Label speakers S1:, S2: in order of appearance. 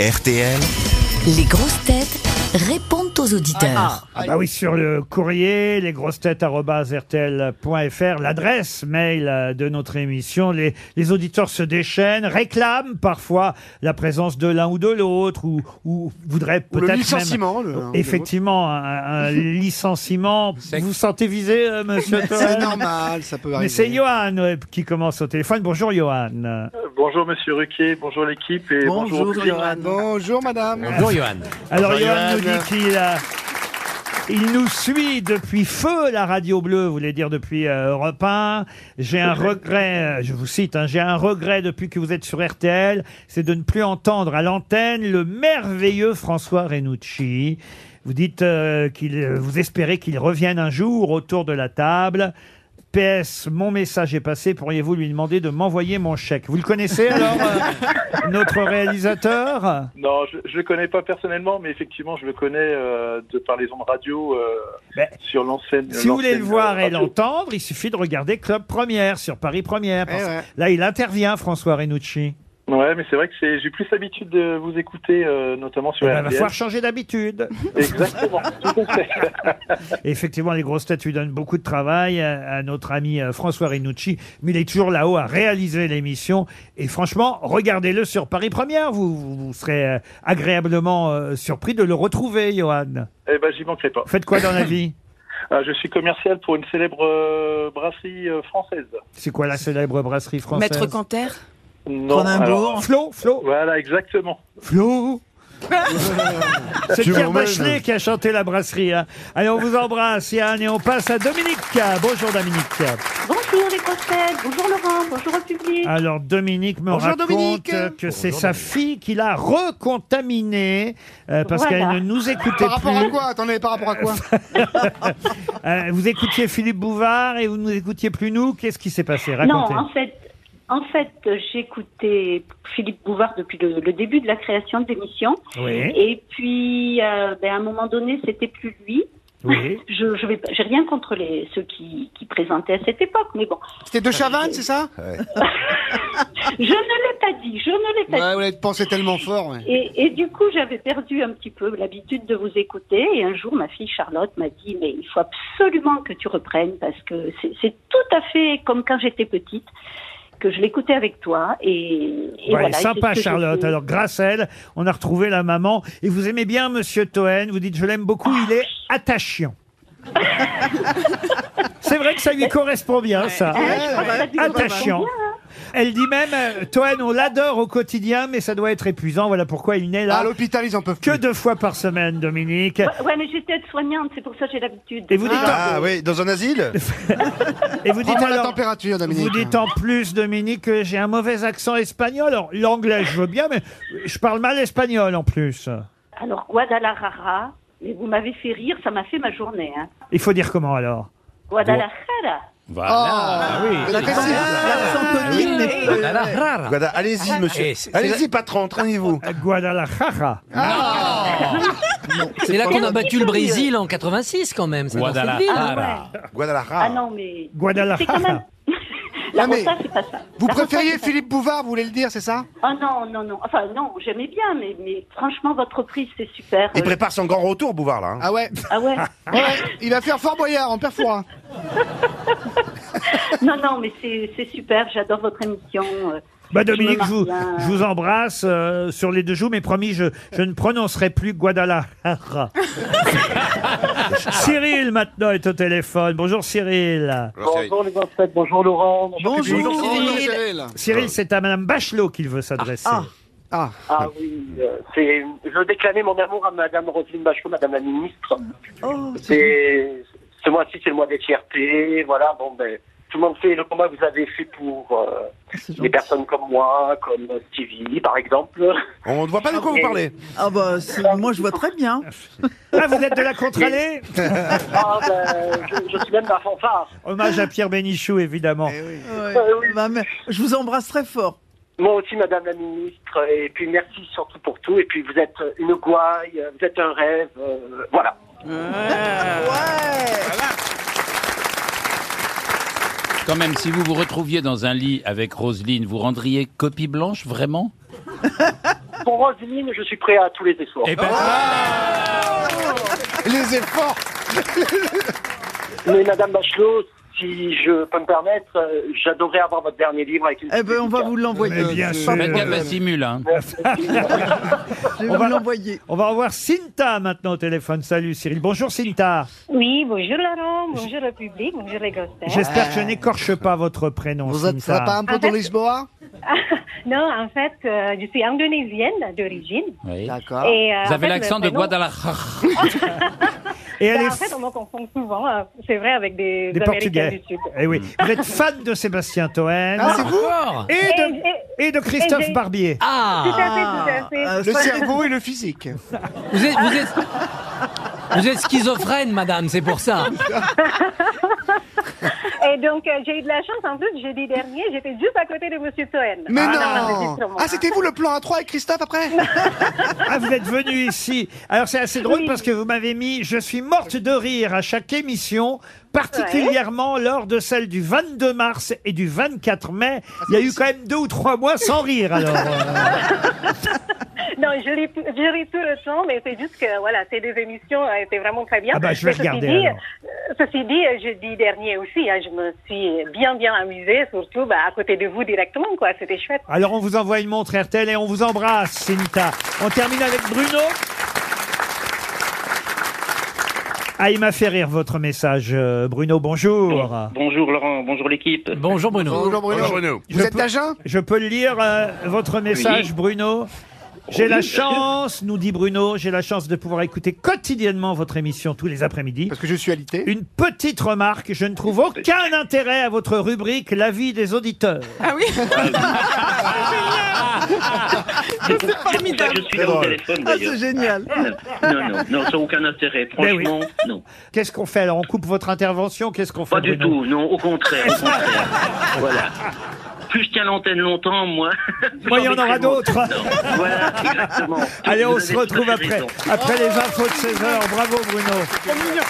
S1: RTL.
S2: Les grosses têtes répondent aux auditeurs.
S3: Ah bah oui, sur le courrier, lesgrossetêtes.rtl.fr, l'adresse mail euh, de notre émission, les, les auditeurs se déchaînent, réclament parfois la présence de l'un ou de l'autre, ou, ou voudraient
S4: Ou le
S3: peut-être
S4: licenciement,
S3: même- Euh,
S4: le- un ou de
S3: effectivement, un, un licenciement. Vous vous sentez visé, euh, monsieur
S4: C'est
S3: Toen
S4: normal, ça peut
S3: Mais
S4: arriver.
S3: c'est Johan euh, qui commence au téléphone. Bonjour Johan.
S5: Bonjour Monsieur Ruquier, bonjour l'équipe et bonjour, au public.
S4: Bonjour madame.
S6: Bonjour Johan.
S3: Alors
S4: Bonjour,
S3: Johan nous
S4: Johan.
S3: dit qu'il a- Il nous suit depuis feu la radio bleue, vous voulez dire depuis euh, Europe 1. J'ai un regret, euh, je vous cite, hein, j'ai un regret depuis que vous êtes sur RTL, c'est de ne plus entendre à l'antenne le merveilleux François Renucci. Vous dites euh, qu'il, euh, vous espérez qu'il revienne un jour autour de la table. PS, mon message est passé, pourriez-vous lui demander de m'envoyer mon chèque Vous le connaissez alors, euh, notre réalisateur
S5: Non, je, je le connais pas personnellement, mais effectivement, je le connais euh, de par les ondes radio euh,
S3: Ben,
S5: sur l'enseigne.
S3: Si vous voulez le
S5: l'enseigne,
S3: voir
S5: euh,
S3: et
S5: radio.
S3: l'entendre, il suffit de regarder Club Première sur Paris Première. parce
S4: Eh
S3: que
S4: ouais.
S3: Là, il intervient, François Renucci.
S5: Ouais, mais c'est vrai que c'est, j'ai plus l'habitude de vous écouter, euh, notamment
S3: Il
S5: sur
S3: Eh ben, va
S5: RTL.
S3: falloir changer d'habitude.
S5: Exactement. tout à fait.
S3: Et Effectivement, les grosses têtes lui donnent beaucoup de travail à à notre ami euh, François Renucci, mais il est toujours là-haut à réaliser l'émission. Et franchement, regardez-le sur Paris Première. Vous, vous- vous serez euh, agréablement euh, surpris de le retrouver, Johan.
S5: Eh ben, j'y manquerai pas.
S3: Faites quoi dans la vie
S5: Ah, je suis commercial pour une célèbre euh, brasserie euh, française.
S3: C'est quoi la célèbre brasserie française
S7: Maître Canter
S5: Non, alors-
S3: Flo, Flo.
S5: Voilà, exactement.
S3: Flo C'est
S4: Tu
S3: Pierre
S4: m'emmènes.
S3: Bachelet qui a chanté la brasserie. hein. Allez, on vous embrasse, Yann, et on passe à Dominique. Bonjour, Dominique.
S8: Bonjour les grosses têtes, bonjour Laurent, bonjour au public.
S3: Alors, Dominique me
S4: Bonjour,
S3: raconte
S4: Dominique.
S3: que c'est sa fille qui l'a recontaminée euh, parce
S8: Voilà.
S3: qu'elle ne nous écoutait
S4: Par rapport à
S3: plus.
S4: quoi Attendez, par rapport à quoi
S3: Euh, vous écoutiez Philippe Bouvard et vous ne nous écoutiez plus nous. Qu'est-ce qui s'est passé
S8: non,
S3: Racontez.
S8: en fait, en fait, j'écoutais Philippe Bouvard depuis le, le début de la création de l'émission.
S4: hein.
S3: Oui,
S8: Et puis, euh, ben, à un moment donné, c'était plus lui.
S3: oui.
S8: Je, je vais, pas- j'ai rien contre les ceux qui, qui présentaient à cette époque, mais bon,
S4: C'était de Chavannes, c'est ça
S8: je ne l'ai pas dit, je ne l'ai pas dit.
S4: Ouais, vous l'avez pensé tellement fort. ouais.
S8: Et, et du coup, j'avais perdu un petit peu l'habitude de vous écouter. Et un jour, ma fille Charlotte m'a dit, mais il faut absolument que tu reprennes parce que c'est c'est tout à fait comme quand j'étais petite que je l'écoutais avec toi. Et, et
S3: Ouais,
S8: voilà, et
S3: sympa
S8: c'est ce que
S3: Charlotte.
S8: je fais.
S3: Alors grâce à elle, on a retrouvé la maman. Et vous aimez bien Monsieur Toen. Vous dites je l'aime beaucoup. Il est attachant. C'est vrai que ça lui correspond bien ça.
S8: Hein, je crois que
S3: Ah,
S8: ça dit
S3: Attachant.
S8: vraiment bien. hein.
S3: Elle dit même euh, Toen, on l'adore au quotidien, mais ça doit être épuisant. Voilà pourquoi il n'est
S4: À
S3: là
S4: l'hôpital, ils en peuvent
S3: que
S4: plus.
S3: deux fois par semaine, Dominique.
S8: Ouais, ouais, mais j'étais aide-soignante, c'est pour ça que j'ai l'habitude.
S3: Et vous dites-
S6: Ah oui, dans un asile
S3: Et vous dites
S4: Prends la
S3: alors.
S4: température, Dominique.
S3: Vous dites en plus, Dominique, que j'ai un mauvais accent espagnol. Alors, l'anglais, je veux bien, mais je parle mal espagnol en plus.
S8: Alors, Guadalajara, mais vous m'avez fait rire, ça m'a fait ma journée. Hein.
S3: Il faut dire comment alors
S8: Guadalajara.
S4: Ah, oui. C'est précis.
S3: Ah,
S4: Ah,
S9: Ah,
S6: Guada-
S8: Ah,
S6: Allez-y, monsieur.
S9: Eh, c'est-
S6: Allez-y, patron, traînez-vous.
S3: Guadalajara.
S9: C'est là qu'on a battu le
S8: mieux.
S9: Brésil en 86 quand même. c'est dans cette ville.
S8: Ah, ouais. ah
S6: Guadalajara.
S8: non, mais.
S3: Guadalajara.
S8: C'est quand même. La
S4: Ah, mais-
S8: rota, c'est pas ça.
S4: Vous
S8: La rota,
S4: préfériez
S8: c'est pas
S4: Philippe Bouvard, vous voulez le dire, c'est ça
S8: Ah non, non, non. Enfin, non, j'aimais bien, mais, mais franchement, votre prise, c'est super.
S6: Il
S8: Euh,
S6: prépare son grand retour, Bouvard, là. hein.
S4: Ah ouais.
S8: Ah ouais
S4: Ouais, il va faire Fort Boyard en hein. perfora.
S8: Non, non, mais c'est c'est super. J'adore votre émission. euh.
S3: Bah Dominique, je
S8: Je me
S3: vous,
S8: marre bien.
S3: je vous embrasse euh, sur les deux joues, mais promis, je, je ne prononcerai plus Guadalajara. Cyril, maintenant, est au téléphone. Bonjour Cyril.
S5: Bonjour les grosses têtes, bonjour Laurent.
S4: Bonjour,
S5: public.
S4: Cyril.
S3: Cyril, c'est à Madame Bachelot qu'il veut s'adresser.
S4: Ah,
S10: Ah oui, euh, c'est, je déclamais mon amour à Madame Roselyne Bachelot, Madame la ministre. C'est, ce mois-ci, c'est le mois des fiertés. Voilà, bon, ben, tout le monde fait le combat que vous avez fait pour euh, des personnes comme moi, comme Stevie, par exemple.
S6: On ne voit pas de quoi vous parlez.
S7: Ah bah moi je vois très bien.
S3: Ah, vous êtes de la contre-allée
S10: Ah, ben, je, je suis même dans la fanfare. Euh,
S3: Hommage à Pierre Bénichou, évidemment.
S7: je vous embrasse très fort.
S10: Moi aussi, Madame la ministre. Et puis, merci surtout pour tout. Et puis, vous êtes une gouaille, vous êtes un rêve. euh, voilà.
S11: Quand même, si vous vous retrouviez dans un lit avec Roselyne, vous rendriez copie blanche, vraiment
S5: pour Roselyne, je suis prêt à tous les efforts.
S12: Eh ben,
S3: Ah,
S5: les efforts Mais Madame Bachelot, si je peux me permettre, euh, j'adorerais avoir votre dernier livre avec une.
S4: Euh,
S10: Eh ben, on va vous l'envoyer.
S3: Mais bien sûr.
S12: Faites gaffe à Simule, hein.
S10: Je vais
S3: On
S10: vous
S3: va-
S10: l'envoyer.
S3: On va revoir Cinta maintenant au téléphone. Salut Cyril. Bonjour Cinta.
S8: Oui, bonjour Laurent, bonjour le public, bonjour les grosses têtes.
S3: J'espère que je n'écorche pas votre prénom.
S4: Vous êtes
S3: Cinta.
S4: pas un
S8: Ah,
S4: peu dans Lisboa
S8: Non, en fait, euh, je suis indonésienne d'origine.
S12: Oui.
S4: D'accord.
S8: Et, euh,
S12: Vous
S8: en
S12: avez
S8: fait,
S12: l'accent
S8: le
S12: de
S8: prénom-
S12: Guadalajara.
S3: Et elle
S8: Ben,
S3: est
S8: En fait, on me confond souvent, euh, c'est vrai, avec des,
S3: des
S8: Américains
S3: Portugais.
S8: du Sud.
S3: Eh oui. Vous êtes fan de Sébastien Toen
S4: Ah, c'est vous
S12: Encore
S3: et, de,
S8: Et-
S3: et de
S8: et
S3: Christophe
S8: j'ai-
S3: Barbier.
S8: Tout
S9: Ah
S8: à fait, tout à fait. Ah,
S10: Ah,
S4: Le
S10: ça-
S4: cerveau et le physique.
S9: Vous êtes, vous êtes, vous êtes schizophrène, madame, c'est pour ça.
S8: Et donc, euh, j'ai eu de la chance, en plus, jeudi dernier, j'étais juste à côté de Monsieur Toen.
S4: Mais
S8: Ah,
S4: non
S8: l'enregistrement.
S4: Ah, c'était vous le plan A3 avec Christophe après
S3: Ah, vous êtes venu ici. Alors, c'est assez drôle
S8: Oui.
S3: parce que vous m'avez mis Je suis morte de rire à chaque émission, particulièrement lors de celle du 22 mars et du 24 mai. Il y a eu quand même deux ou trois mois sans rire, alors.
S8: Non, je lis, je lis tout le temps, mais c'est juste que voilà, ces deux émissions euh, étaient vraiment très bien.
S3: Ah bah, je vais
S8: Mais ceci
S3: regarder,
S8: dit,
S3: alors.
S8: euh, Ceci dit, euh, jeudi dernier aussi, hein, je me suis bien bien amusée, surtout bah, à côté de vous directement, quoi. C'était chouette.
S3: Alors, on vous envoie une montre RTL et on vous embrasse, Cinta. On termine avec Bruno. Ah, il m'a fait rire votre message, euh, Bruno. Bonjour.
S5: Bonjour Laurent, bonjour l'équipe.
S9: Bonjour Bruno.
S4: Bonjour Bruno.
S6: Bonjour, Bruno.
S4: Vous
S3: Je
S4: êtes
S3: peux-
S4: d'Agen
S3: Je peux lire euh, votre message, Bruno. J'ai
S5: Oui,
S3: la
S5: bien sûr.
S3: chance, nous dit Bruno, j'ai la chance de pouvoir écouter quotidiennement votre émission tous les après-midi.
S4: Parce que je suis alité.
S3: Une petite remarque, je ne trouve aucun intérêt à votre rubrique L'avis des auditeurs.
S5: Formidable. Je suis
S6: Très
S5: au
S6: drôle.
S5: téléphone
S10: Ah,
S5: d'ailleurs.
S10: c'est génial.
S5: Non, non, non, sans aucun intérêt.
S3: Ben oui.
S5: Franchement, non.
S3: Qu'est-ce qu'on fait alors On coupe votre intervention Qu'est-ce qu'on fait
S5: Pas du
S3: Bruno
S5: tout, non, au contraire, au contraire. voilà. Plus je tiens l'antenne longtemps, moi.
S3: Moi, il y en aura d'autres.
S5: voilà, exactement.
S3: Allez,
S5: Vous
S3: on
S5: avez
S3: se
S5: tout à
S3: retrouve
S5: fait
S3: après,
S5: raison.
S3: après les infos de 16 heures. Bravo Bruno.